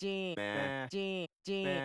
G G G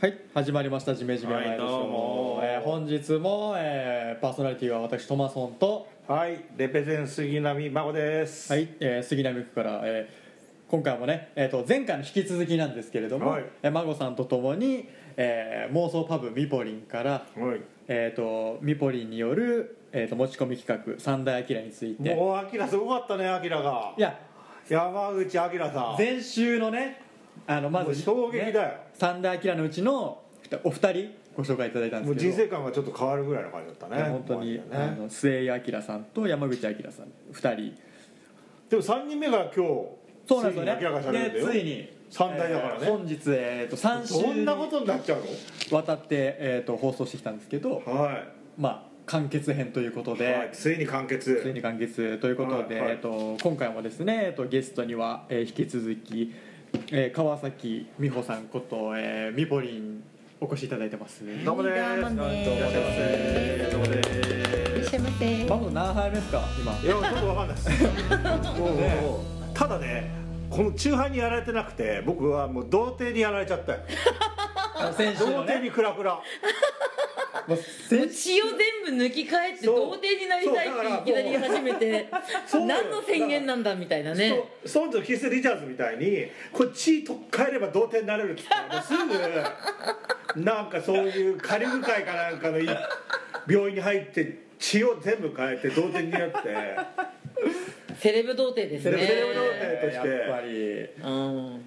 はい始まりました「ジメジメワイドショー」はいどうもえー本日も、えーパーソナリティは私トマソンと、はい、レペゼン杉並真帆です。はいえー杉並区から、えー今回もね、えー、と前回の引き続きなんですけれども、はいえー孫さんと共に、えー妄想パブミポリンから、はい。えー、とミポリンによる、えー、と持ち込み企画三大アキラについてもうアキラすごかったね、アキラがい。や山口アキラさん。前週のねあのまもずう衝撃だよね三大アキラのうちのお二人ご紹介いただいたんもうですけ人ど生観がちょっと変わるぐらいの感じだったね。本当に、ここまあでね。の末井明さんと山口明さん2人でも三人目が今日。そうなんですよついに明らかにさねれでるんだついよ。に三大だからねえー本日、えー、と3そ週んなことになっちゃうにわたって、えー、と放送してきたんですけどの。はまあ完結編ということい。で、はいついに完結。ついに完結ということで、はいはいえー、と今回もですね、えー、とゲストには、えー引き続き、えー川崎美穂さんこと、えー、みぽりんお越しいただいてますどうもです。どうもですどうもです。いらっしゃいませ。まず何杯目ですか今いやちょっとわかんないです。もう ねただね、この中杯にやられてなくて、僕はもう童貞にやられちゃったよ。あの先週童の貞ねにクラクラ。もう先血を全部抜き返ってそう童貞になりたいっていきなり言い始めてそうそう何の宣言なんだみたいなねそうソンとキス・リチャーズみたいにこっちとっかえれば童貞になれるっつってもうすぐなんかそういうカリブ海かなんかのい病院に入って血を全部変えて童貞になってセレブ童貞ですセねレブセレブ童貞としてやっぱりうん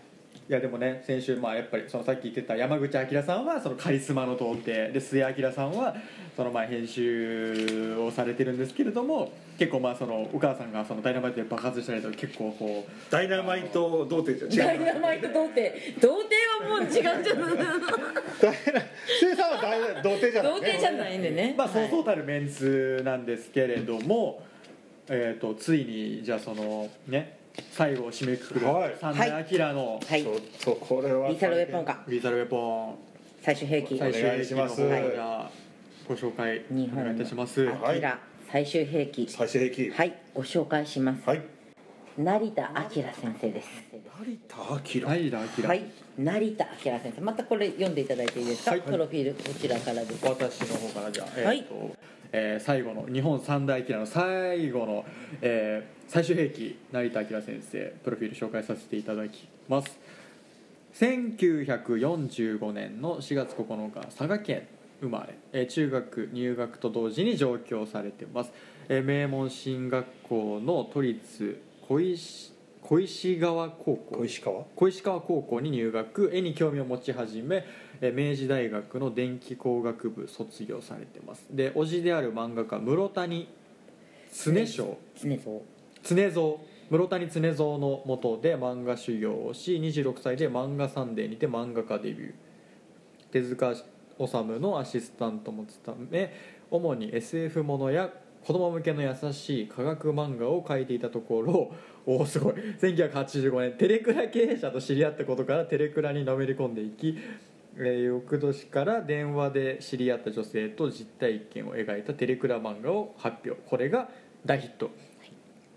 いやでもね先週まあやっぱりそのさっき言ってた山口明さんはそのカリスマの童貞で末明さんはその前編集をされてるんですけれども結構まあそのお母さんがそのダイナマイトで爆発したりとか結構こダイナマイト童貞じゃんダ違うイナマイト童貞童貞はもう違うじゃないダイナ生産はダイナ童貞じゃない、童貞じゃいないんでうねまあそうそうはたるメンツなんですけれどもえーとついにじゃあそのね最後を締めくくるはい三大明のいちはょいっとこれはリサルウェポンかリーサルウェポン最終兵器最終お願いしますの方をじゃあご紹介日お願い本いのたしますはアいキラ最終兵器最終兵器はいご紹介しますはい成田明先生です成田明成田明はい成田明先生またこれ読んでいただいていいですかはいプロフィールこちらからです私の方からじゃあ、はいえーとえー最後の日本三大キラーの最後の、えー最終兵器成田明先生プロフィール紹介させていただきます1945年の4月9日佐賀県生まれ、えー中学入学と同時に上京されてます、えー名門進学校の都立小石小石川高校小石川小石川高校に入学絵に興味を持ち始めえー明治大学の電気工学部卒業されてますで叔父である漫画家室谷常章常蔵常蔵室谷常蔵のもとで漫画修行をし26歳で「漫画サンデー」にて漫画家デビュー手塚治虫のアシスタントも務め主に SF ものや子供向けの優しい科学漫画を描いていたところ おおすごい1985年テレクラ経営者と知り合ったことからテレクラにのめり込んでいき、えー翌年から電話で知り合った女性と実体験を描いたテレクラ漫画を発表これが大ヒット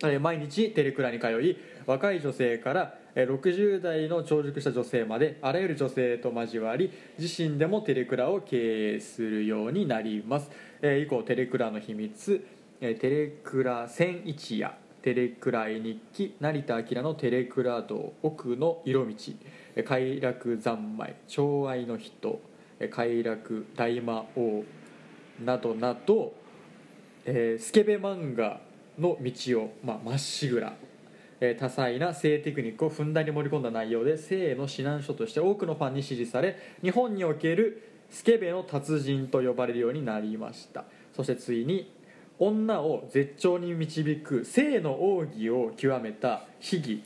えー毎日テレクラに通い若い女性からえー60代の長熟した女性まであらゆる女性と交わり自身でもテレクラを経営するようになります、えー以降テレクラの秘密えーテレクラ千一夜テレクラ絵日記成田明のテレクラ道奥の色道えー快楽三昧寵愛の人えー快楽大魔王などなどえースケベ漫画の道をまあ、まっしぐら、えー多彩な性テクニックをふんだんに盛り込んだ内容で性への指南書として多くのファンに支持され日本におけるスケベの達人と呼ばれるようになりましたそしてついに女を絶頂に導く性の奥義を極めた秘技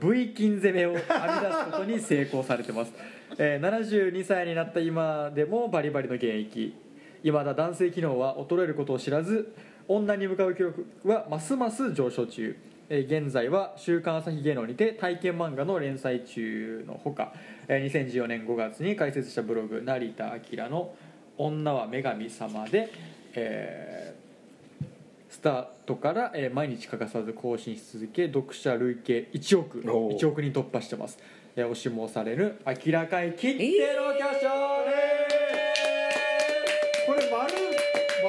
V 金攻めを編み出すことに成功されてますえー72歳になった今でもバリバリの現役いまだ男性機能は衰えることを知らず女に向かう記録はますます上昇中、えー現在は「週刊朝日芸能」にて体験漫画の連載中のほか、えー2014年5月に開設したブログ「成田明の女は女神様で」えースタートから、えー毎日欠かさず更新し続け読者累計1億おー1億人突破してます、えー、押しもされる明らかに切っての巨匠これ丸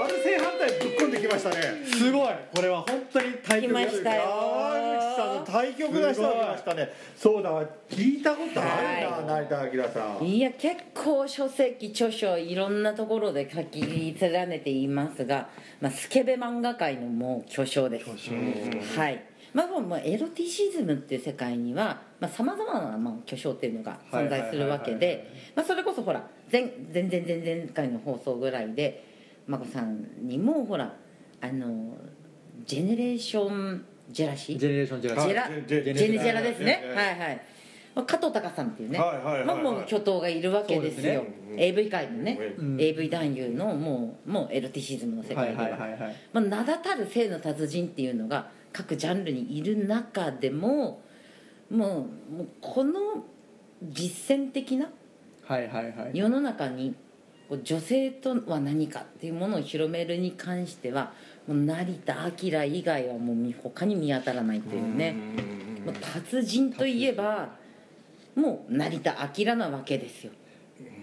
丸正反対ぶっ込んできましたねです、すごいこれは本当に対来局までしすたよ川口さんの対局がしてきましたねそうだわ聞いたことあるな成田明さんいや結構書籍著書いろんなところで書き連ねていますが、まあ、スケベ漫画界のもう巨匠ですはいまあ、もうもうエロティシズムっていう世界にはさまざ、まなまあ巨匠っていうのが存在するわはいはいけはいでまあそれこそほら前前前前前回の放送ぐらいで眞子さんにもほらあのジェネレーションジェラシージェネレーションジェラジェシーラジジェェネネジェネジェラですねジェネはいはい加藤隆さんっていうね、はいはいはいはいまあ、もう巨頭がいるわけですよそうですねうん AV 界のね、うん AV 男優のもうもうエロティシズムの世は界いでは,、はいはいはいまあ、名だたる性の達人っていうのが各ジャンルにいる中でももうもうこの実践的なはいはいはい世の中にこう女性とは何かっていうものを広めるに関してはもう成田明以外はもう見他に見当たらないっていうね、まあ、達人といえばもう成田明なわけですよ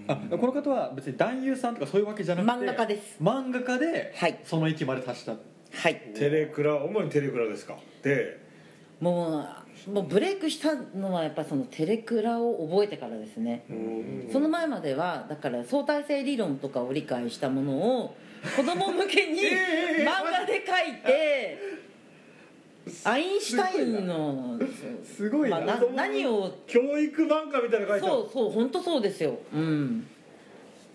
あこの方は別に男優さんとかそういうわけじゃなくて漫画家です漫画家ではいその域まで達した、はいテレクラ主にテレクラですかでもうもうブレイクしたのはやっぱそのテレクラを覚えてからですねその前まではだから相対性理論とかを理解したものを子供向けに漫画で書いてアインシュタインのすごいなまあな何を教育漫画みたいなの書いてあそるうそう本当そうですようん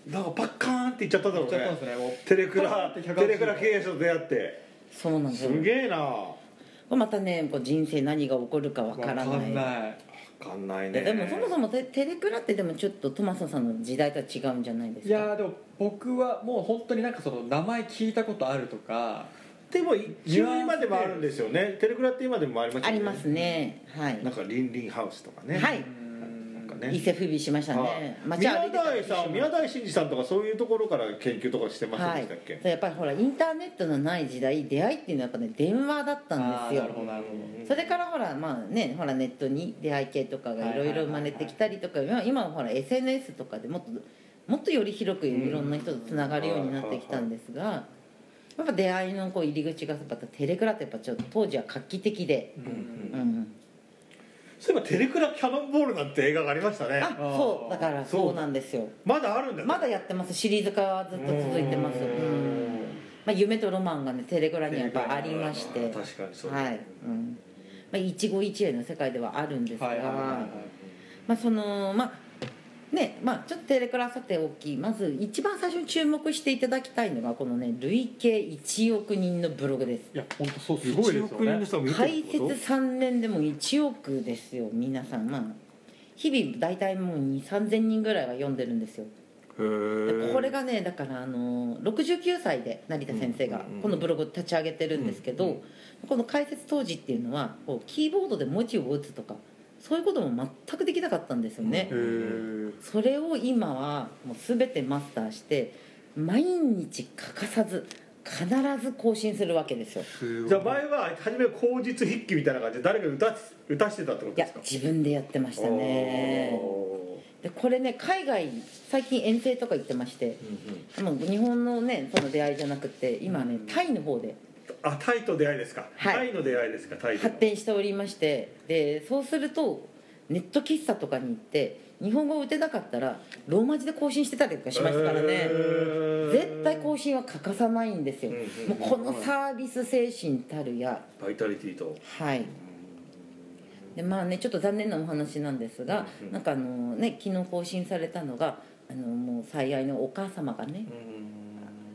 なんかパッカーンっていっちゃったんだろう言っちゃったんでねすねもうテレクパーンラって180テレクラ経営者と出会ってそうなんですよすげえなわまたねこう人生何が起こるかわわからないないかんないねでもそもそもテテレクラってでもちょっとトマソンさんの時代とは違うんじゃないですかいやーでも僕はもう本当になんかその名前聞いたことあるとかでも急に今でもあるんですよねテレクラって今でもありますよねありますねはいなんかリンリンハウスとかねはないんか伊ね勢不備しましたはいね街宮歩いてたら台さん宮台真司さんとかそういうところから研究とかしてませんはでいしたっけ、そうやっぱりほらインターネットのない時代出会いっていうのはやっぱね電話だったんですあーなるほどよなるほそれからほらまあねほらネットに出会い系とかがいろいろ生まれてきたりとか今今はほら SNS とかでもっともっとより広くいろんな人とつながるようになってきたんですがやっぱ出会いのこう入り口がやっぱテレクラってやっぱちょっと当時は画期的で、ど、うんうん、そういえば「テレクラキャノンボール」なんて映画がありましたねあそうだからそうなんですよまだあるんだまだやってますシリーズ化はずっと続いてますうん、まあ、夢とロマンがねテレグラにはやっぱありまして確かにそうだねはい、うんまあ、一期一会の世界ではあるんですが、はいはいはいはまあそのまあねまあちょっとテレクラさておきまず一番最初に注目していただきたいのがこのね累計1億人のブログですいいや本当そうすごいですよね人見開設3年でも1億ですよ皆さんまあ日々大体もう2 3 0人ぐらいは読んでるんですよでこれがねだからあの69歳で成田先生がこのブログ立ち上げてるんですけど、この開設当時っていうのはこうキーボードで文字を打つとかそういうことも全くできなかったんですよね、へーそれを今はもう全てマスターして毎日欠かさず必ず更新するわけですよじゃあ前は初め口実筆記みたいな感じで誰かが歌つ歌してたってこといでやすか自分でやってましたねおでこれね海外最近遠征とか行ってまして、もう日本のねその出会いじゃなくて今ねタイの方でーあタイと出会いですか、はいタイの出会いですかタイとの発展しておりましてでそうするとネット喫茶とかに行って日本語を打てなかったらローマ字で更新してたりとかしましたからね、へー絶対更新は欠かさないんですよ、うんうんもうこのサービス精神たるやバイタリティとはいでまあねちょっと残念なお話なんですが、なんかあのね昨日更新されたのがあのもう最愛のお母様がね、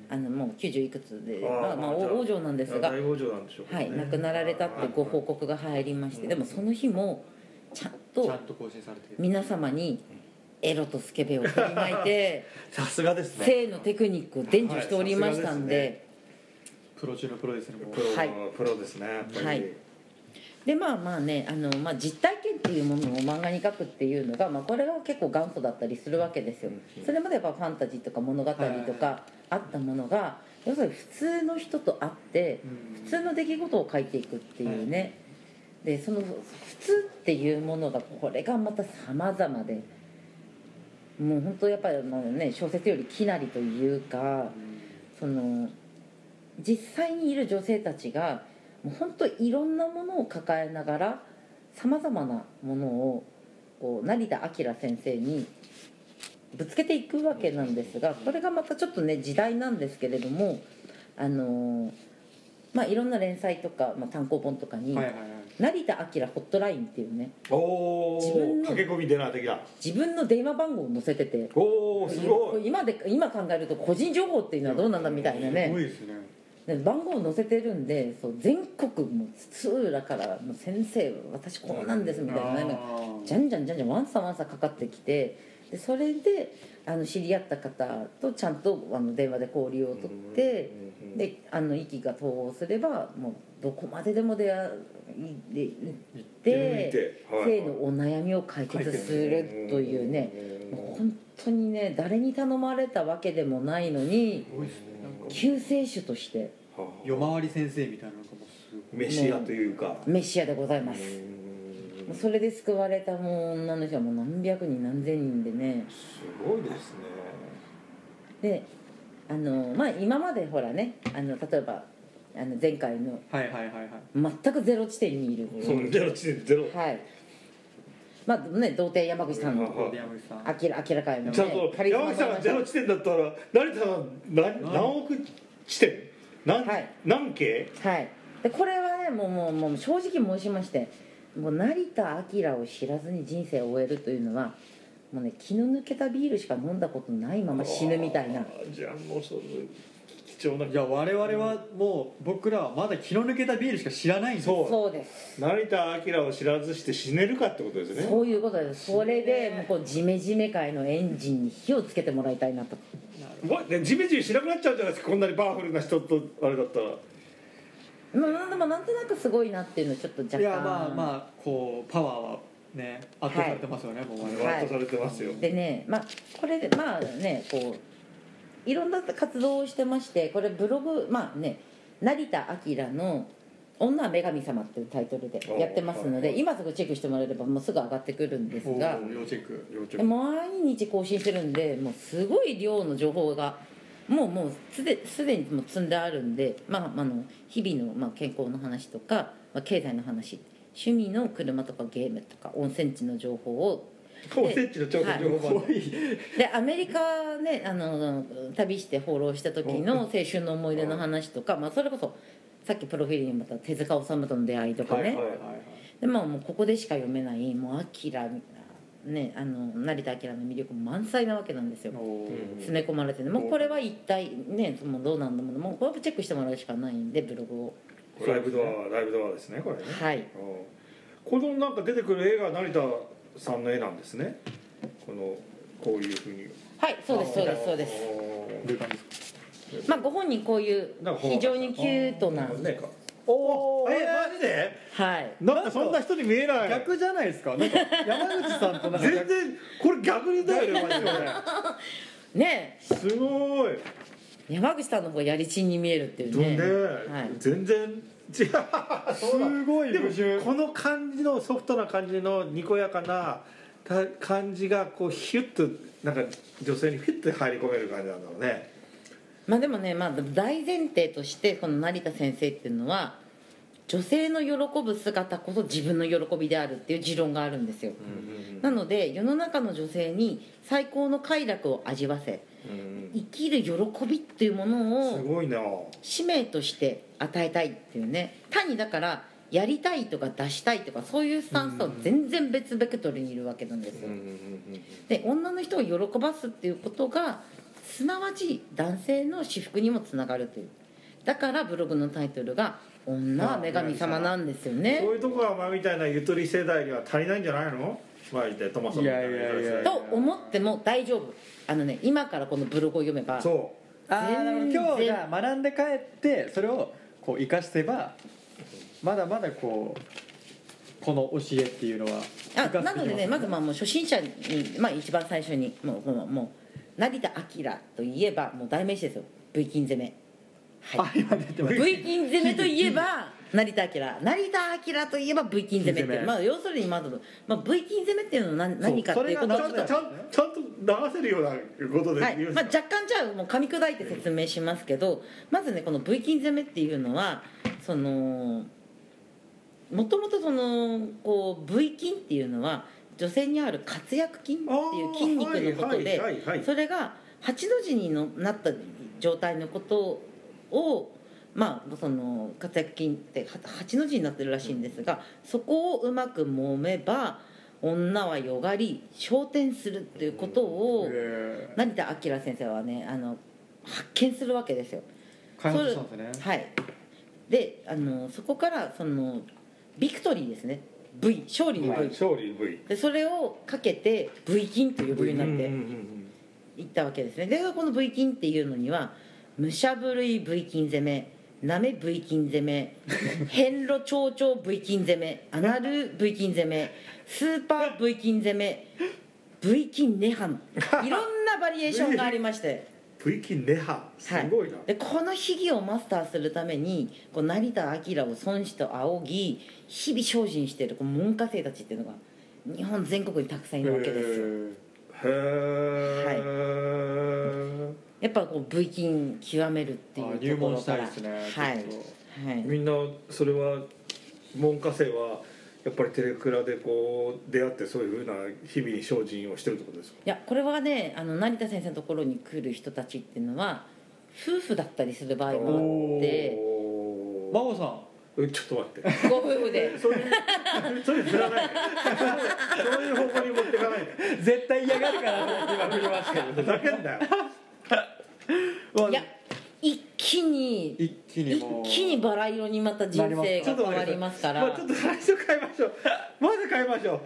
あのもう90いくつでまあまあじゃ王女なんですが大王女なんでしょうけどはねい、亡くなられたってご報告が入りましてでもその日もちゃんちゃとんと更新されてる皆様にエロとスケベを振りまいてさすがですね性のテクニックを伝授しておりましたんで,、はいさプロ中のプロですねもうプロ、はいプロですねやっぱり、はいでまあまあねあの、まあ、実体験っていうものを漫画に描くっていうのが、まあ、これが結構元祖だったりするわけですよそれまでやっぱファンタジーとか物語とかあったものが要するに普通の人と会って普通の出来事を書いていくっていうねでその普通っていうものがこれがまた様々でもう本当やっぱりあのね小説よりきなりというかその実際にいる女性たちがもう本当いろんなものを抱えながらさまざまなものをこう成田明先生にぶつけていくわけなんですがこれがまたちょっとね時代なんですけれどもあのーまあいろんな連載とか、まあ、単行本とかにはいはいはい「成田明ホットライン」っていうねお自分おの駆け込みディナー的だ自分の電話番号を載せてておおすごい今で今考えると個人情報っていうのはどうなんだみたいなねすごいですねで番号を載せてるんでそう全国もう津浦からもう先生私こうなんですみたいななんかじゃんじゃんじゃんじゃんワンサワンサかかってきてでそれであの知り合った方とちゃんとあの電話で交流を取ってであの息が統合すればもうどこまででも出会いで行って性のお悩みを解決するというねもう本当にね誰に頼まれたわけでもないのにすごいですねなんか救世主として。夜回り先生みたいなのかもすごいメシアというかメシアでございますもうそれで救われたもう女の人はもう何百人何千人でねすごいですねであのまあ今までほらねあの例えばあの前回のはいはいはいはい全くゼロ地点にいるそうゼロ地点ゼロはいまあね童貞山口さんのここで山口さん明ら明らかにねちゃんとカリスマ山口さんがゼロ地点だったら成田さん何何億地点何,、はい何系はいでこれはねもうもうもう正直申しましてもう成田明を知らずに人生を終えるというのはもうね気の抜けたビールしか飲んだことないまま死ぬみたいなあーじゃあもうその貴重なじゃあ我々はもう僕らはまだ気の抜けたビールしか知らないんですそうそうです成田明を知らずして死ねるかってことですねそういうことですそれでもうこうジメジメ界のエンジンに火をつけてもらいたいなとうわねジメジメしなくなっちゃうんじゃないですかこんなにパワフルな人とあれだったらまあでもなんとなくすごいなっていうのはちょっと若干いやまあまあこうパワーはね圧倒されてますよね、もう我々ははい圧倒されてますよ、でねまあこれでまあねこういろんな活動をしてましてこれブログまあね「成田明の女は女神様」っていうタイトルでやってますので今すぐチェックしてもらえればもうすぐ上がってくるんですおがー要チェック要注意毎日更新してるんでもうすごい量の情報がもうもうすですでにもう積んであるんで、まあ、まああの日々の、まあ、健康の話とか、まあ、経済の話趣味の車とかゲームとか温泉地の情報を高設置の超はい情報番組でアメリカねあの旅して放浪した時の青春の思い出の話とか、まあ、それこそさっきプロフィールにまた手塚治虫との出会いとかね、はいはいでまあもうここでしか読めないもうアキラねあの成田明の魅力満載なわけなんですよおー詰め込まれててもうこれは一体ねもうどうなんだものもうこれはチェックしてもらうしかないんでブログをこれライブドアライブドアですねこれねはいうんこのなんか出てくる絵が成田さんの絵なんですねこのこういうふうにはいそうですそうですそうですすルーカミまあご本人こういうなんかほら非常にキュートなねおえマジではいなんかそんな人に見えない逆じゃないですかなんか山口さんと なんか全逆然これ逆にだよねマジねですごいえ山口さんの方がやりちんに見えるっていうねねはい全然違うすごいで矛盾もこの感じのソフトな感じのにこやかなた感じがこうヒュッとなんか女性にフィッと入り込める感じなんだろうねまあでもね、まあ、大前提としてこの成田先生っていうのは女性の喜ぶ姿こそ自分の喜びであるっていう持論があるんですよ、なので世の中の女性に最高の快楽を味わせ生きる喜びっていうものすをごいな使命として与えたいっていうね単にだからやりたいとか出したいとかそういうスタンスとは全然別ベクトルにいるわけなんですよ、で女の人を喜ばすっていうことがすなわち男性の私服にもつながるというだからブログのタイトルが「女は女神様」なんですよねそういうとこがお前みたいなゆとり世代には足りないんじゃないのマジでトマさんみたいないやいやいやと思っても大丈夫あのね今からこのブログを読めばそあーなるほど今日全じゃあ学んで帰ってそれをこう生かせばまだまだこうこの教えっていうのはあ生かせていきなのでねまずまあもう初心者に、まあ、一番最初にもうもうもう成田明といえばもう代名詞 ですよ V 金攻めあ今出てます V 金攻めといえば成田明成田明といえば V 金攻めって金攻めまあ要するにまず、まあ、V 金攻めっていうのは何何かっていうことをそちれがょなんっとだうちゃんちゃんと流せるようなことではい言うんまあ、ですか若干じゃあもう噛み砕いて説明しますけどまずねこの V 金攻めっていうのはそのもともとそのこう V 筋っていうのは女性にある活躍筋っていう筋肉のことで、あーはいはいはいはいそれが8の字にのなった状態のことをまあその活躍筋っては8の字になってるらしいんですが、そこをうまく揉めば女はよがり昇天するっていうことを、え成田明先生はねあの発見するわけですよー開発したんですねはいであのそこからそのビクトリーですね V 勝利のはい V、勝利 V でそれをかけて V 金と呼ぶようになっうんうてんうんいったわけですねでこの V 金っていうのには武者震い V 金攻めなめ V 金攻 め遍路長々 V 金攻めアナル V 金攻めスーパー V 金攻め V 金涅槃いろんなバリエーションがありましてプリキンネハすごいな、でこの秘技をマスターするためにこう成田明を孫子と仰ぎ日々精進しているこう門下生たちっていうのが日本全国にたくさんいるわけですよ、へえ、やっぱこう V 金極めるってあいうー入とこ門ろしたかいらですねはいちょっとはいみんなそれは門下生はやっぱりテレクラでこう出会ってそういうふうな日々に精進をしてるってことですかいやこれはねあの成田先生のところに来る人たちっていうのは夫婦だったりする場合もあっておー真帆さんうんちょっと待ってご夫婦でそういうそう いう振らないでそういう方向に持っていかないで 絶対嫌がるからって今振りましたけふ ざけんなよどいや一気に一気に一もう気にバラ色にまた人生ちょがっ変と待ってわりますからまあちょっと最初変えましょうまず変えましょ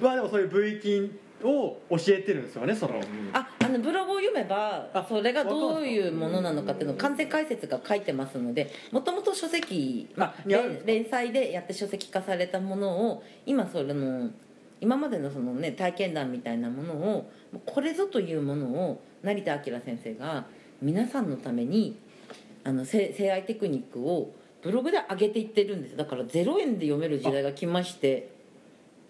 うまあでもそういう V 筋を教えてるんですよねその、ああのブログを読めばあそれがどういうものなのかっていうのを完全解説が書いてますのでもともと書籍、まあ、いや連連載でやって書籍化されたものを今それの今までのその、ね、体験談みたいなものをもうこれぞというものを成田明先生が皆さんのためにあの性性愛テクニックをブログで上げていってるんですだから0円で読める時代が来まして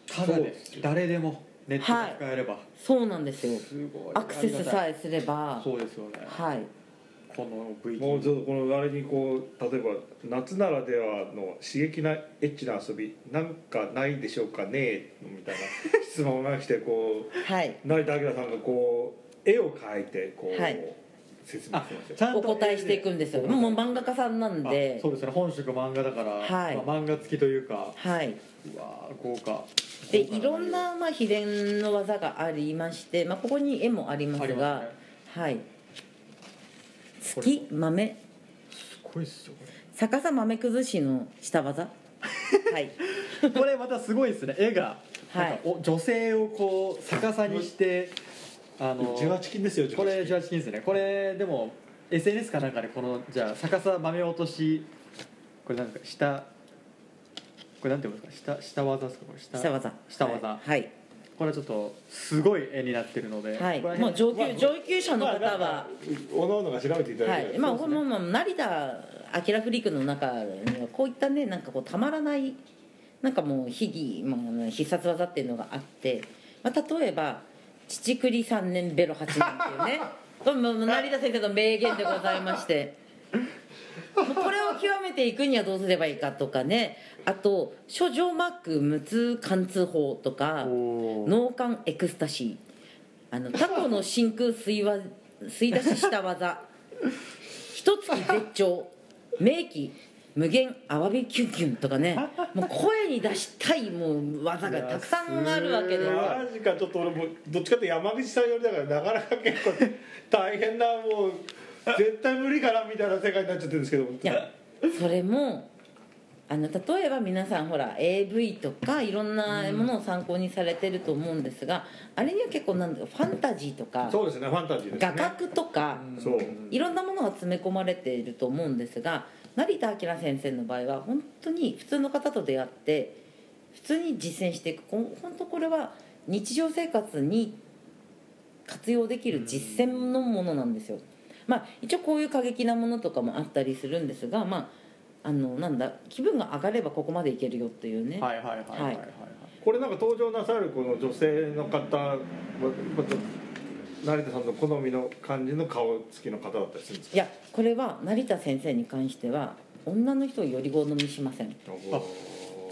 ただそうでです誰でもネットで使えれば、そうなんですよすごいアクセスえさえすればそうですよねはいこの V もうち筋ょっとこのあれにこう例えば夏ならではの刺激なエッチな遊びなんかないでしょうかねみたいな質問が来てこはい。う成田明さんがこう絵を描いてこう、はい説明あしてましちたよゃんとお答えしていくんですよもう漫画家さんなんあでそうですね本職漫画だから、はいまあ、漫画付きというかはいうわー豪華で豪華いろ内容んなまあ秘伝の技がありまして、まあ、ここに絵もありまあすりがますねはい月豆すごいっすよこ逆さ豆崩しの 下技はいれこれまたすごいですね絵が、はいなんかお女性をこう逆さにしてあの18金ですよこれ18 18金ですねこれでも SNS かなんかでこのじゃあ逆さ豆落としこれなんか下これなんていうんですか下下技ですかこれ下下技下技、はい、これはちょっとすごい絵になってるので、はいこれもう上級まあ上級者の方は、おのおのが調べていただはいて、いまあこれもまあ成田アキラフリークの中にはこういったねなんかこうたまらないなんかもう秘技、まああの、必殺技っていうのがあって、まあ、例えば「乳栗三年ベロ八年」っていうねこれもう成田先生の名言でございまして。もうこれを極めていくにはどうすればいいかとかねあと「諸女膜無痛貫通法」とかおー脳幹エクスタシーあのタコの真空吸いわ吸い出しした技一月絶頂名器無限アワビキュンキュンとかねもう声に出したいもう技がたくさんあるわけですよマジかちょっと俺もどっちかって山口さんよりだからなかなか結構大変なもう絶対無理かなみたいな世界になっちゃってるんですけどいやそれもあの例えば皆さんほら AV とかいろんなものを参考にされてると思うんですが、あれには結構なんだろうファンタジーとかそうですねファンタジーですね画角とか、そういろんなものが詰め込まれていると思うんですが成田明先生の場合は本当に普通の方と出会って普通に実践していくこん本当これは日常生活に活用できる実践のものなんですよ。まあ、一応こういう過激なものとかもあったりするんですが、まあ、あのなんだ気分が上がればここまでいけるよっていうね、はいはいはいはいはいはいこれなんか登場なさるこの女性の方はまた成田さんの好みの感じの顔つきの方だったりするんですいやこれは成田先生に関しては女の人をより好みしませんかあ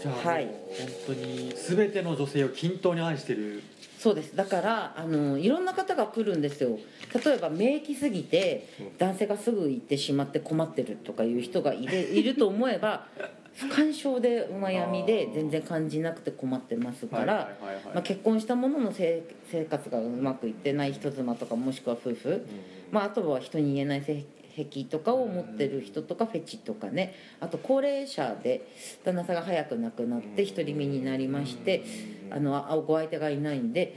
じゃあ、はいもう本当に全ての女性を均等に愛してるそうですだからあのいろんな方が来るんですよ例えば免疫すぎて男性がすぐ行ってしまって困ってるとかいう人 がいれいると思えば不干渉でお悩みで全然感じなくて困ってますから、はいはいはいまあ、結婚したもののせい生活がうまくいってない人妻とかもしくは夫婦、まあ、あとは人に言えない性癖とかを持ってる人とかフェチとかねあと高齢者で旦那さんが早く亡くなって独り身になりましてあのあご相手がいないんで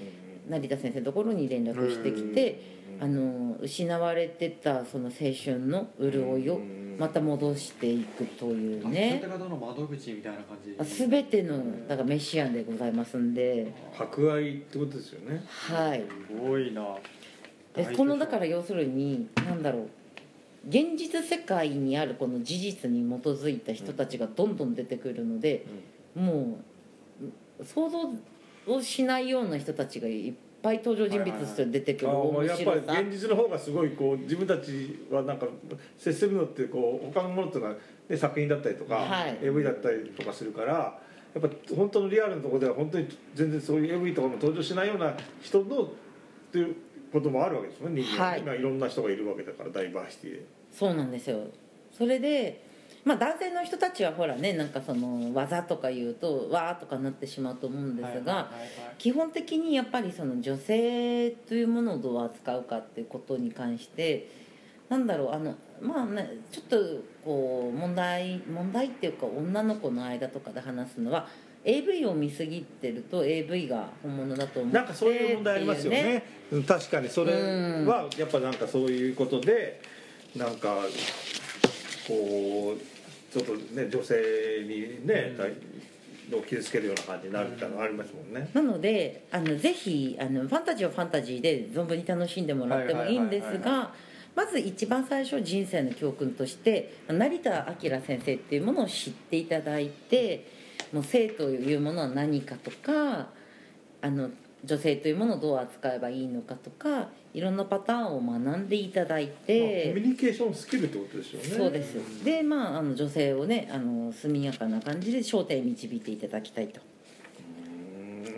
成田先生のところに連絡してきてあの失われてたその青春の潤いをまた戻していくというねあそういった方の窓口みたいな感じあ全てのだからメシアンでございますんで博愛ってことですよねはい。すごいなえこのだから要するに何だろう現実世界にあるこの事実に基づいた人たちがどんどん出てくるので、もう想像をしないような人たちがいっぱい登場人物として出てくあるもう面やっ白ぱさり現実の方がすごいこう自分たちはなんか接するのってこう他のものっていうのは、ね、作品だったりとか、はい AV だったりとかするからやっぱ本当のリアルのところでは本当に全然そういう AV とかも登場しないような人のっていうこともあるわけですよね人間、はい今いろんな人がいるわけだからダイバーシティで。そうなんですよそれでまあ男性の人たちはほらねなんかその技とか言うとわーとかなってしまうと思うんですが、基本的にやっぱりその女性というものをどう扱うかっていうことに関してなんだろうあのまあねちょっとこう問題問題っていうか女の子の間とかで話すのは AV を見すぎてると AV が本物だと思ってなんかそういう問題ありますよっていうねうん確かにそれはやっぱなんかそういうことでなんかこうちょっとね女性にね、を傷つけるような感じになるってのはありますもんね、なのであのぜひあのファンタジーはファンタジーで存分に楽しんでもらってもいいんではいはすいはいがまず一番最初人生の教訓として成田明先生っていうものを知っていただいてもう性というものは何かとかあの女性というものをどう扱えばいいのかとかいろんなパターンを学んでいただいまあてコミュニケーションスキルってことですよねそうですでまああの女性をねあの速やかな感じで焦点に導いていただきたいと。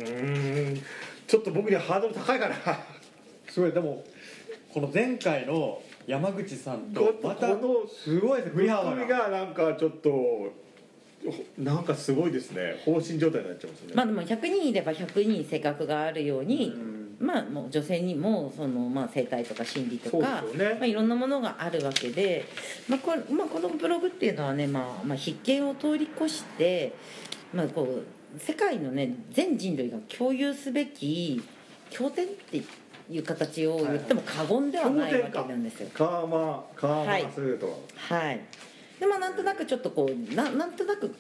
うーんちょっと僕にはハードル高いかなすごいでもこの前回の山口さんちょとっとまたこのすごいですね振振りり幅ががなんかちょっとほなんかすごいですね放心状態になっちゃいますね、まあでも100人いれば100人性格があるように、まあもう女性にもそのまあ生態とか心理とか、そうですよねまあいろんなものがあるわけで、まあこれまあこのブログっていうのはね、まあまあ必見を通り越して、まあこう世界のね全人類が共有すべき経典っていう形を言っても過言ではないわけなんですよ。カーマカーマスーとは、はい、でまあなんとなくちょっとこうななんとなく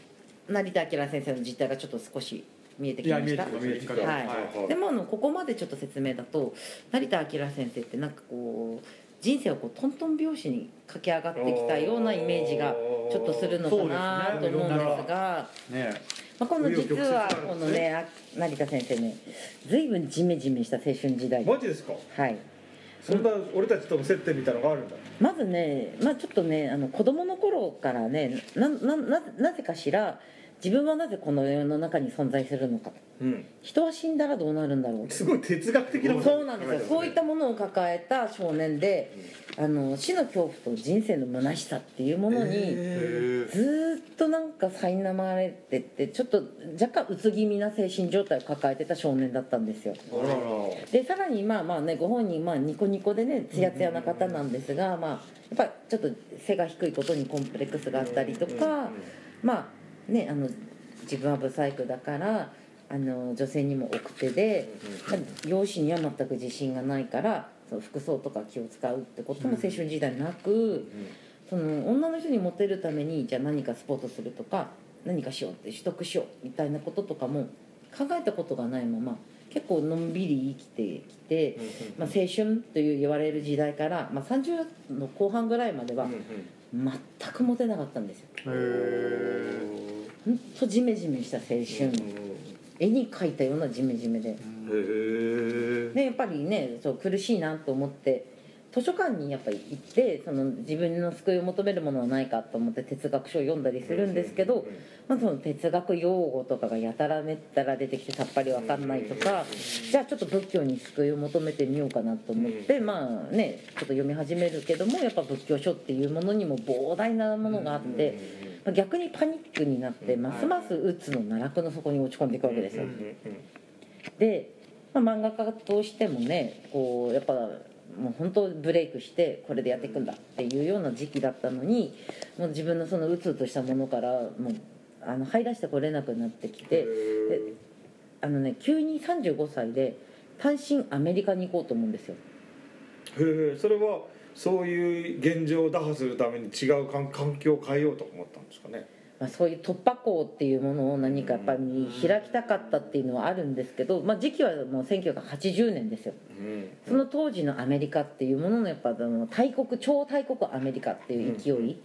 成田明先生の実態がちょっと少し見えてきまいしやた見えてきました見えてきたはいはいでもあのここまでちょっと説明だと成田明先生ってなんかこう人生をこうトントン拍子に駆け上がってきたようなイメージがちょっとするのかなそとうですね思うんですいろんが。ねまあ、この実はこ紆余曲折あるんでのすねあ成田先生ね随分ジメジメした青春時代マジですかはいそんな俺たちとの接点みたいのがあるんだ、まずね、まあ、ちょっとねあの子供の頃からねななななぜかしら自分はなぜこの世の中に存在するのかうん、人は死んだらどうなるんだろうすごい哲学的なことそうなんですよそういったものを抱えた少年で、あの死の恐怖と人生の虚しさっていうものに、えずーっとなんか苛まれてってちょっと若干うつ気味な精神状態を抱えてた少年だったんですよあららでさらにまあまあねご本人まあニコニコでねツヤツヤな方なんですが、まあやっぱりちょっと背が低いことにコンプレックスがあったりとか、まあねあの自分はブサイクだからあの女性にも奥手で、まあ容姿には全く自信がないからその服装とか気を使うってことも青春時代なく、その女の人にモテるためにじゃあ何かスポーツするとか何かしようって取得しようみたいなこととかも考えたことがないまま結構のんびり生きてきて、まあ、青春という言われる時代から、まあ、30の後半ぐらいまでは全くモテなかったんですよ。ほんとジメジメした青春絵に描いたようなジメジメででやっぱりねそう苦しいなと思って図書館にやっぱり行ってその自分の救いを求めるものはないかと思って哲学書を読んだりするんですけど、まあ、その哲学用語とかがやたらめったら出てきてさっぱりわかんないとかじゃあちょっと仏教に救いを求めてみようかなと思ってまあねちょっと読み始めるけどもやっぱ仏教書っていうものにも膨大なものがあって。まあ逆にパニックになってますますうつの奈落の底に落ち込んでいくわけですよ。で、まあ、漫画家としてもねこうやっぱもう本当ブレイクしてこれでやっていくんだっていうような時期だったのにもう自分のそのうつうとしたものからもうあの這い出してこれなくなってきてであのね急に35歳で単身アメリカに行こうと思うんですよ。へえそれはそういう現状を打破するために違う環環境を変えようと思ったんですかねまあ、そういう突破口っていうものを何かやっぱり開きたかったっていうのはあるんですけど、まあ、時期はもう1980年ですよその当時のアメリカっていうもののやっぱあの大国超大国アメリカっていう勢い、そうい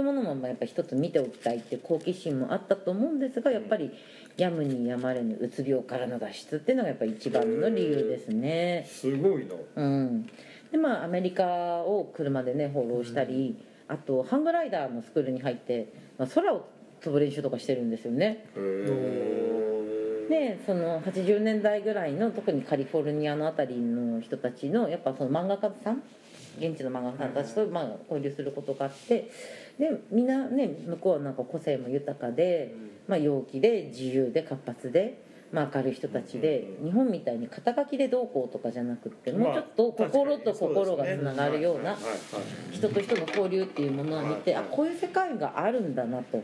うものもまあやっぱ一つ見ておきたいっていう好奇心もあったと思うんですがやっぱりやむにやまれぬうつ病からの脱出っていうのがやっぱ一番の理由ですね。すごいなうん、でまあアメリカを車でね放浪したり、あとハングライダーのスクールに入って、まあ、空を飛ぶ練習とかしてるんですよねでその80年代ぐらいの特にカリフォルニアの辺りの人たちのやっぱその漫画家さん現地の漫画家さんたちとまあ交流することがあってでみんなね向こうはなんか個性も豊かで、まあ、陽気で自由で活発で。まあ、明るい人たちで日本みたいに肩書きでどうこうとかじゃなくってもうちょっと心と心がつながるような人と人の交流っていうものを見てあこういう世界があるんだなと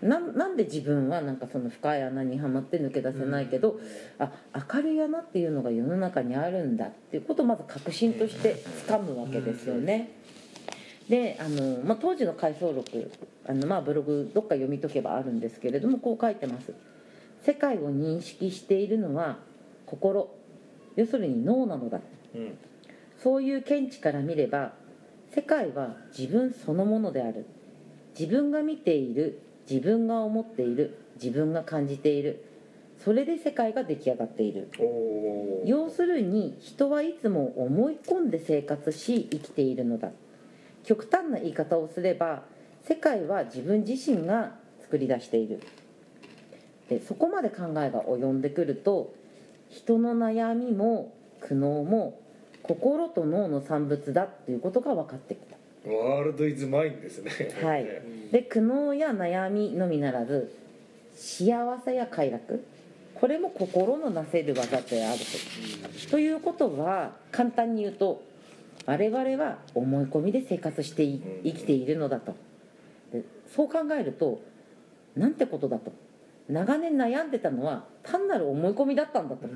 なんなんで自分はなんかその深い穴にはまって抜け出せないけど、あ明るい穴っていうのが世の中にあるんだっていうことをまず確信として掴むわけですよね。であの、まあ、当時の回想録あの、まあ、ブログどっか読み解けばあるんですけれどもこう書いてます。世界を認識しているのは心要するに脳なのだ、んそういう見地から見れば世界は自分そのものである自分が見ている自分が思っている自分が感じているそれで世界が出来上がっているおおー要するに人はいつも思い込んで生活し生きているのだ極端な言い方をすれば世界は自分自身が作り出しているでそこまで考えが及んでくると人の悩みも苦悩も心と脳の産物だっていうことが分かってきたワールドイズマインですねはい、で苦悩や悩みのみならず幸せや快楽これも心のなせる技であるとということは簡単に言うと我々は思い込みで生活してい生きているのだとでそう考えるとなんてことだと長年悩んでたのは単なる思い込みだったんだと、っ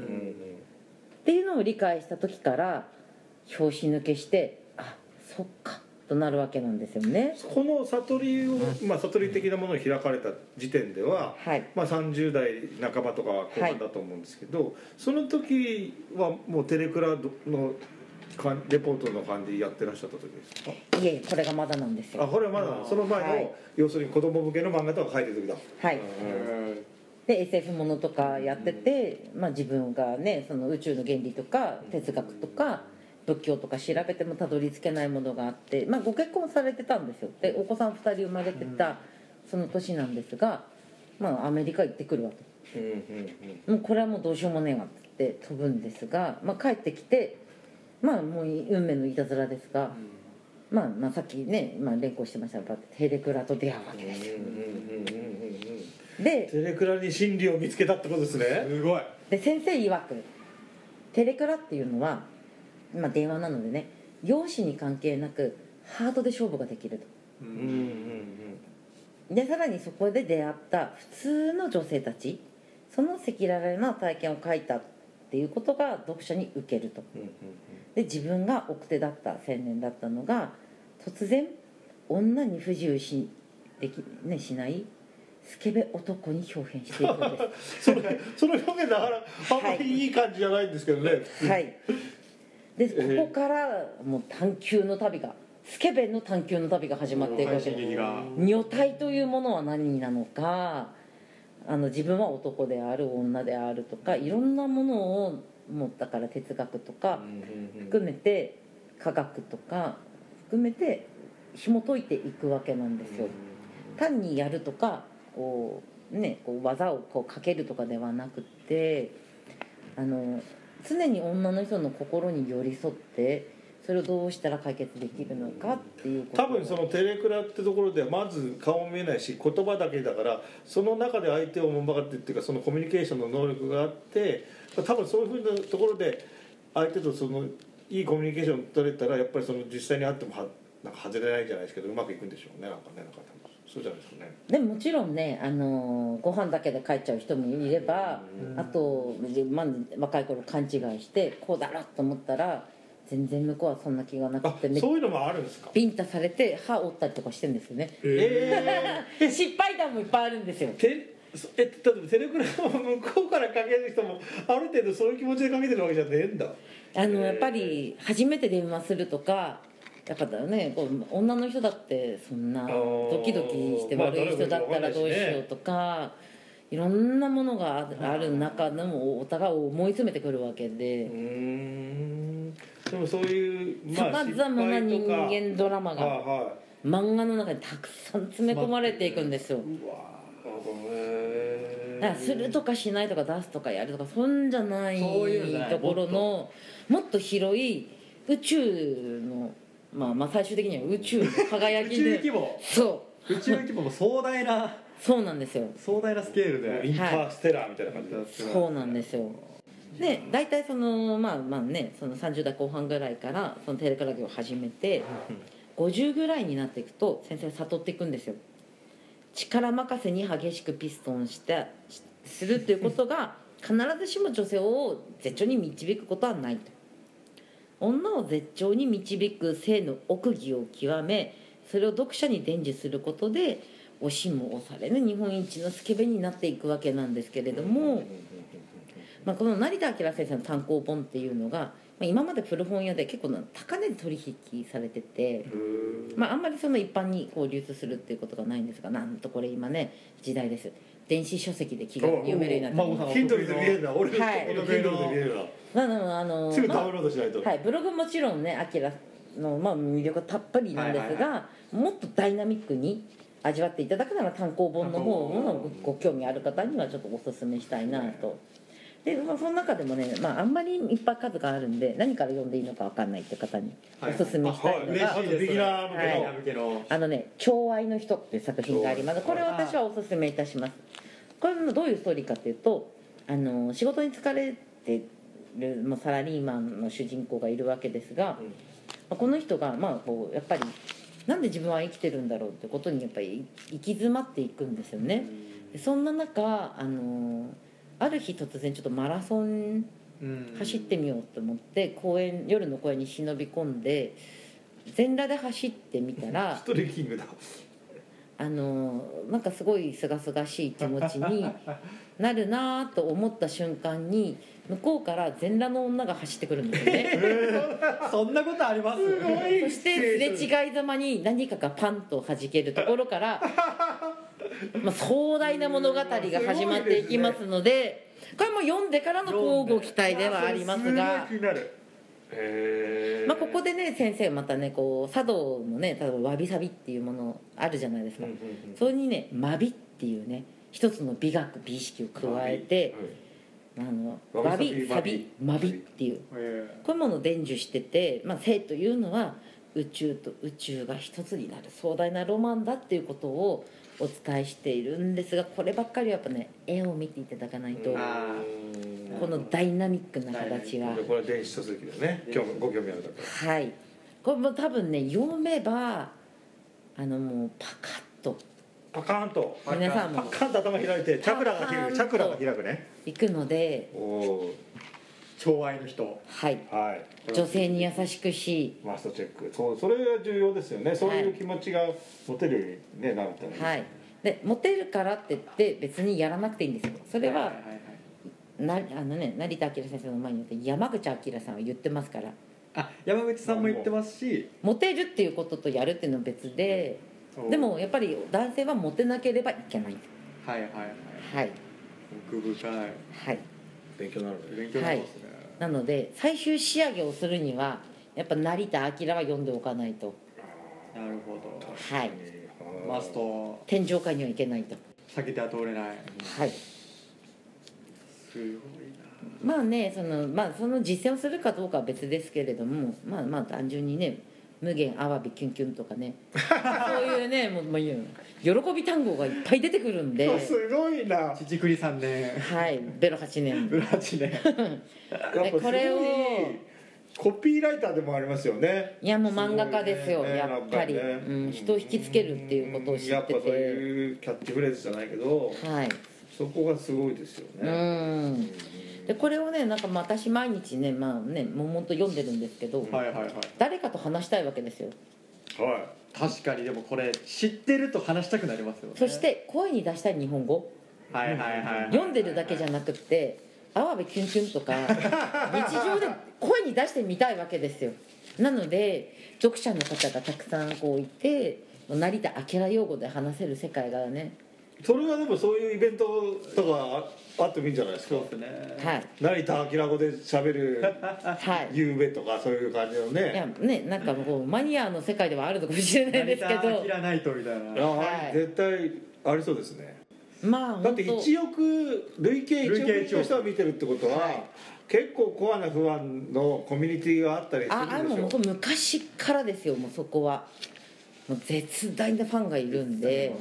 ていうのを理解した時から拍子抜けしてあそっかとなるわけなんですよねこの悟りを、まあ、悟り的なものを開かれた時点では、はいまあ、30代半ばとか後半だと思うんですけど、その時はもうテレクラのかんレポートの感じやってらっしゃった時ですかいえいえこれがまだなんですあよこれはまだその前の、はい要するに子供向けの漫画とか書いてる時だはいで SF ものとかやってて、まあ、自分がねその宇宙の原理とか哲学とか仏教とか調べてもたどり着けないものがあって、まあ、ご結婚されてたんですよでお子さん2人生まれてたその年なんですが、まあ、アメリカ行ってくるわと。うんうんもうこれはもうどうしようもねえわって飛ぶんですが、まあ、帰ってきてまあもう運命のいたずらですが、まあ、まあさっきね、まあ、連行してましたがテレクラと出会うわけですよ、でテレクラに真理を見つけたってことですねすごいで先生曰くテレクラっていうのは、まあ、電話なのでね容姿に関係なくハートで勝負ができるとうんうんでさらにそこで出会った普通の女性たちその赤裸々な体験を書いたっていうことが読者に受けるとうんうんで自分が奥手だった青年だったのが突然女に不自由しでき、ね、しないスケベ男に表現していくんでそれその表現なかなかあんまりいい感じじゃないんですけどね、すはいでここからもう探求の旅がスケベの探求の旅が始まっていくわけ快進です撃が女体というものは何なのかあの自分は男である女であるとかいろんなものをもうだから哲学とか含めて科学とか含めて紐解いていくわけなんですよ。単にやるとかこう、ね、こう技をこうかけるとかではなくてあの常に女の人の心に寄り添ってそれをどうしたら解決できるのかっていうこと多分そのテレクラってところではまず顔も見えないし言葉だけだからその中で相手をもんばかってっていうかそのコミュニケーションの能力があって多分そういうふうなところで相手とそのいいコミュニケーション取れたらやっぱりその実際に会ってもはなんか外れないじゃないですけどうまくいくんでしょうねなんかねなんか多分そうじゃないですかね。でももちろんね、あのーご飯だけで帰っちゃう人もいれば、あと、まあ、若い頃勘違いしてこうだろうと思ったら全然向こうはそんな気がなくあてめっそういうのもあるんですか。ビンタされて歯折ったりとかしてるんですよねえ失敗談もいっぱいあるんですよー、テそえ例えばテレクラを向こうからかける人もある程度そういう気持ちでかけてるわけじゃねえんだ。あのやっぱり初めて電話するとかやっぱだねこう女の人だってそんなあードキドキして悪い人だったらどうしようとかいろんなものがあある中でもお互いを思い詰めてくるわけで。うーんでもそういうさまざまな人間ドラマががは漫画の中にたくさん詰め込まれていくんですよいはいうわーなるほどねだからするとかしないとか出すとかやるとかそんじゃないそういうのじゃないところのもっと広い宇宙のまあまあ最終的には宇宙の 輝宇き宙で規模そう宇宙規模も壮大 なそうなんですよ壮大なスケールでインターステラーみたいな感じだそうなんですよで大体そのまあまあねその30代後半ぐらいからそのテレカラ業を始めて50ぐらいになっていくと先生が悟っていくんですよ力任せに激しくピストンしてしするということが必ずしも女性を絶頂に導くことはないと女を絶頂に導く性の奥義を極めそれを読者に伝授することで押しも押されぬ日本一のスケベになっていくわけなんですけれども、まあ、この成田明先生の単行本っていうのが、まあ、今まで古本屋で結構な高値で取引されてて、まあ、あんまりその一般にこう流通するっていうことがないんですがなんとこれ今ね時代です電子書籍で気軽に読めるようになっておうおうまおうヒントで見えるな俺のはいヒントで見えるな見えるすなのであのなすぐダウンロードしないとまあはい、ブログもちろんねアキラの、まあ、魅力たっぷりなんですが、もっとダイナミックに味わっていただくなら単行本の方もごご興味ある方にはちょっとお勧めしたいなと。でまあ、その中でもね、まあ、あんまりいっぱい数があるんで何から読んでいいのか分かんないって方におはい勧めしたいのが、あはい嬉しいですはいビギナー向けのあのね「寵愛の人」っていう作品がありますこれを私はおすすめいたしますこれのどういうストーリーかというとあの仕事に疲れてるもうサラリーマンの主人公がいるわけですが、まあこの人がまあこうやっぱりなんで自分は生きてるんだろうってことにやっぱり行き詰まっていくんですよねでそんな中あのある日突然ちょっとマラソンうん走ってみようと思って公園夜の公園に忍び込んで全裸で走ってみたらストレッキングだあのなんかすごい清々しい気持ち になるなぁと思った瞬間に向こうから全裸の女が走ってくるんですよねそんなことあります そしてすれ違いざまに何かがパンと弾けるところ から、まあ、壮大な物語が始まっていきますのでこれも読んでからの乞うご期待ではありますが気。になるへえまあ、ここでね先生またねこう茶道のね例えばわびさびっていうものあるじゃないですか、それにね「まび」っていうね一つの美学美意識を加えて「あのわわびびささびびまび」っていうえこういうものを伝授してて、まあ、性というのは宇宙と宇宙が一つになる壮大なロマンだっていうことをお伝えしているんですがこればっかりはやっぱね絵を見ていただかないとうんあこのダイナミックな形がでこれは電子書籍だね興味ご興味ある方はいこれも多分ね読めばあのもうパカッとパカーンと皆さんパもカーンと頭開いてチャクラがパカーン開とくチャクラが開くね行くのでおお寵愛の人はいーはい女性に優しくしマストチェックそうそれが重要ですよねそういう気持ちが持てるように、ね、なるために、はいでモテるからって言って別にやらなくていいんですよそれはなあのね成田明先生の前に山口明さんは言ってますからあ山口さんも言ってますしモテるっていうこととやるっていうのは別でおでもやっぱり男性はモテなければいけないはいはいはいはい奥深いはい勉強になるね勉強になりますね、なので最終仕上げをするにはやっぱ成田明は読んでおかないとなるほどはいマスト天上界にはいけないと避けては通れないはいすごいまあねそのまあその実践をするかどうかは別ですけれどもまあまあ単純にね無限アワビキュンキュンとかねそういうねもうもういう喜び単語がいっぱい出てくるんですごいなな父栗さん ねはいベロ8年ブラチねやっぱすごいこれをコピーライターでもありますよねいやもう漫画家ですよすごいねやっぱりなんかねうん、人を引きつけるっていうことを知やっっぱてそうていうキャッチフレーズじゃないけどはいそこがすごいですようね、んでこれをねなんかまあ私毎日ねまあね悶々と読んでるんですけど、はいはいはい誰かと話したいわけですよはい確かにでもこれ知ってると話したくなりますよねそして声に出したい日本語はいはいはい読んでるだけじゃなくって「あわべキュンキュン」とか日常で声に出してみたいわけですよなので読者の方がたくさんこういて成田明用語で話せる世界がねそれはでもそういうイベントとかああってもいいんじゃないですかそうですねは成い田明語で喋るはいゆうべとかそういう感じのいやねねなんかこうマニアの世界ではあるのかもしれないですけ成田ど明ないとみたいあなあ、はい絶対ありそうですねまあだって本当1億累計1億人の人が見てるってことは、はい結構コアな不安のコミュニティがあったりすああるんもでうしょ本当昔からですよもうそこはもう絶大なファンがいるんで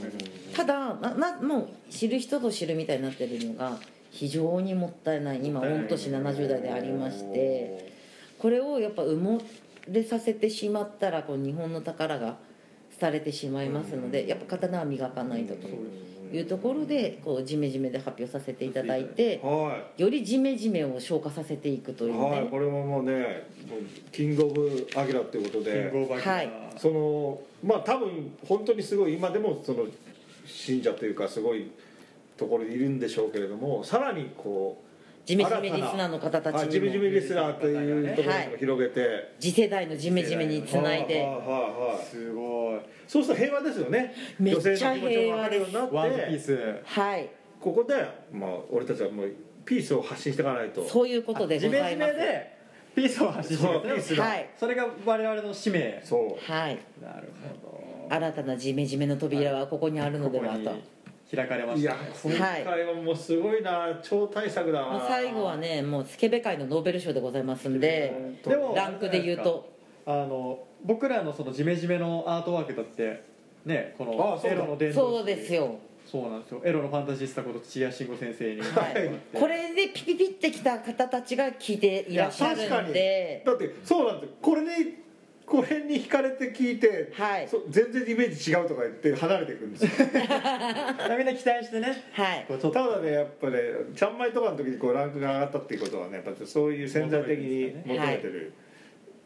ただななもう知る人ぞ知るみたいになってるのが非常にもったいない今御年70代でありましてこれをやっぱ埋もれさせてしまったらこう日本の宝が廃れてしまいますのでやっぱ刀は磨かないとというところでこうジメジメで発表させていただいてはいよりジメジメを消化させていくというはい、ねこれはもうねもうキングオブアギラっていうことキンでグオブアキラはいそのまあ多分本当にすごい今でもその信者というかすごいところにいるんでしょうけれどもさらにこジメジメリスナーの方うたちあジメにジもメリスナーというところにも広げて、次世代のジメジメにつないはでいはいはいすごいそうすると平和ですよねめっ女ち性ゃの気持ちを分かるようになワンピっーてスはいここでまあ俺たちはもうピースを発信していかないとそういうことでジござメいジまメすでピースを発信してくれたそうピースだはいそれが我々の使命そうはいなるほ新たなジメジメの扉はここにあるどのでここはとに開かれまいしたやね今回はもうすごいな、超大作だもなう最後はねもうスケベ界のノーベル賞でございますんででもランクで言うとあの僕らのそのジメジメのアートワークだってねこあのそうエだロの伝道そうですよそうなんですよエロのファンタジスタこと土屋慎吾先生に、 はいこれでピピピってきた方たちが聞いていらっしゃるんでだってそうなんですよこれにこれに惹かれて聞いて、はいそ全然イメージ違うとか言って離れていくんです よみんな期待してねはいこうちょったとだねやっぱねちゃんまいとかの時にこうランクが上がったっていうことはねやっぱそういう潜在的に求めてる、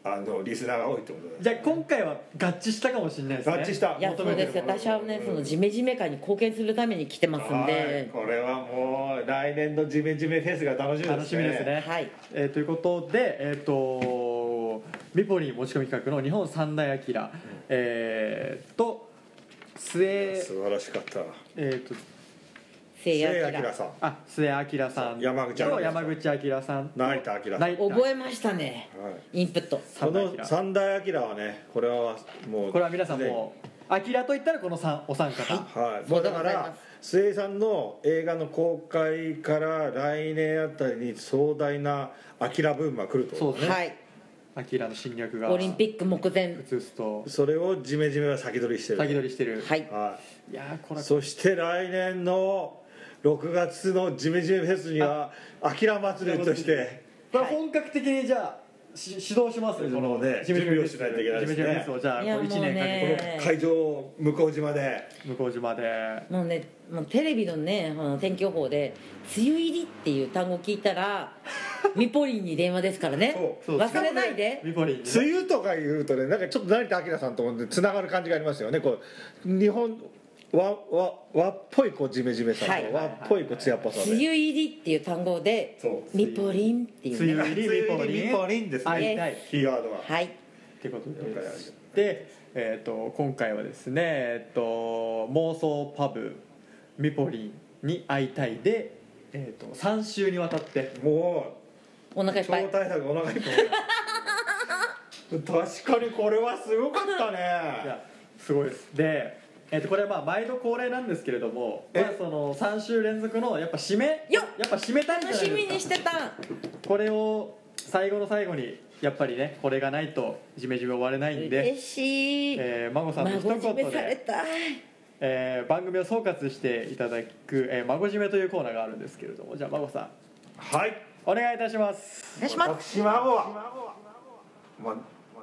あのリスナーが多いってことじだゃあ今回は合致したかもしれないですね合致したいや求そうめてでるすよもの私はねそのジメジメ界に貢献するために来てますんはいでこれはもう来年のジメジメフェスが楽しみですね楽しみですね、はいえーということでえっ、とミポリン持ち込み企画の日本三大アキラ、えー、と末素晴らしかったえー、とせい聖や明さんあ末明さんと山口明さん山口明さん成田明成田覚えましたねはいインプットこ三大の明三大アキラはねこれはもうこれは皆さんもうアキラと言ったらこの三お三方、はいもうだかそうでございまら末井さんの映画の公開から来年あたりに壮大なアキラブームが来るとそうですね、はいアキラの侵略がオリンピック目前移すとそれをジメジメは先取りしてる先取りしてる、、はいはいやーこれい、はそして来年の6月のジメジメフェスにはアキラ祭りとしてこれは本格的にじゃあし指導しますねそのねジメジメ準備をしないといけないですねジメジメミスをじゃあいやこう1年かけてもうね会場向島で向こう島でもうねもうテレビのねあの天気予報で「梅雨入り」っていう単語聞い たらミポリンに電話ですからねそう忘れないでミポリンにね梅雨とか言うとねなんかちょっと成田明さんと思ってつながる感じがありますよねこう日本和和和っぽいこうジメジメさと、はい和っぽいこう艶っぽ「さ梅で雨入り」っていう単語でそうミポリンっていう梅ね雨入りミポリン梅雨入りミポリンですね会いたいキーワードははいってことですで、えー、と今回はですね、えー、と妄想パブ「ミポリンに会いたいで」えー、と3週にわたってもおう 腹いっ超ぱい大作お腹いっぱい確かにこれはすごかったいねやすごいですで、えー、とこれはまあ毎度恒例なんですけれども、まあ、その3週連続のやっぱ締めよっやっぱ締めたいじゃない楽ですしかみにしてたこれを最後の最後にやっぱりねこれがないとジメジメ終われないんで、嬉しいえー、孫さんの一孫言締めされで、たえー番組を総括していただく「えー孫締め」というコーナーがあるんですけれどもじゃあ孫さんはいお願いいたしますお願いします私孫は、まあ、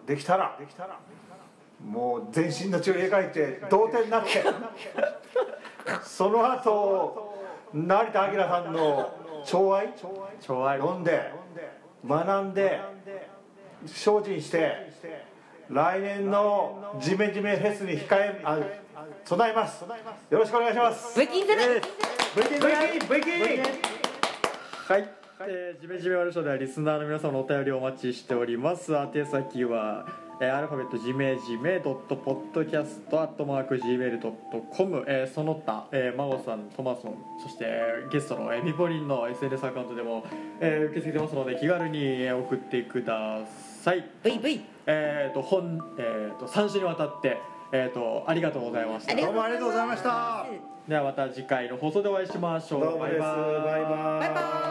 できたらもう全身の血を描いて同点になってその後成田明さんの寵愛超愛飲んで学んで精進して来年のジメジメフェスに控えあ備えますよろしくお願いしますブッキングだはい、えー、ジメジメワルショーではリスナーの皆様のお便りをお待ちしております宛先は、えー、アルファベットジメジメドットポッドキャストアットマーク Gmail.com、えー、その他、えー、マゴさんトマソンそして、えーゲストのえーミポリンの SNS アカウントでも、えー受け付けてますので気軽にえー送ってくださいブイブイえっ、と本、えー、と3週にわたって、えー、とありがとうございましたありがどうもありがとうございましたではまた次回の放送でお会いしましょうどうもですバイバイバイバイ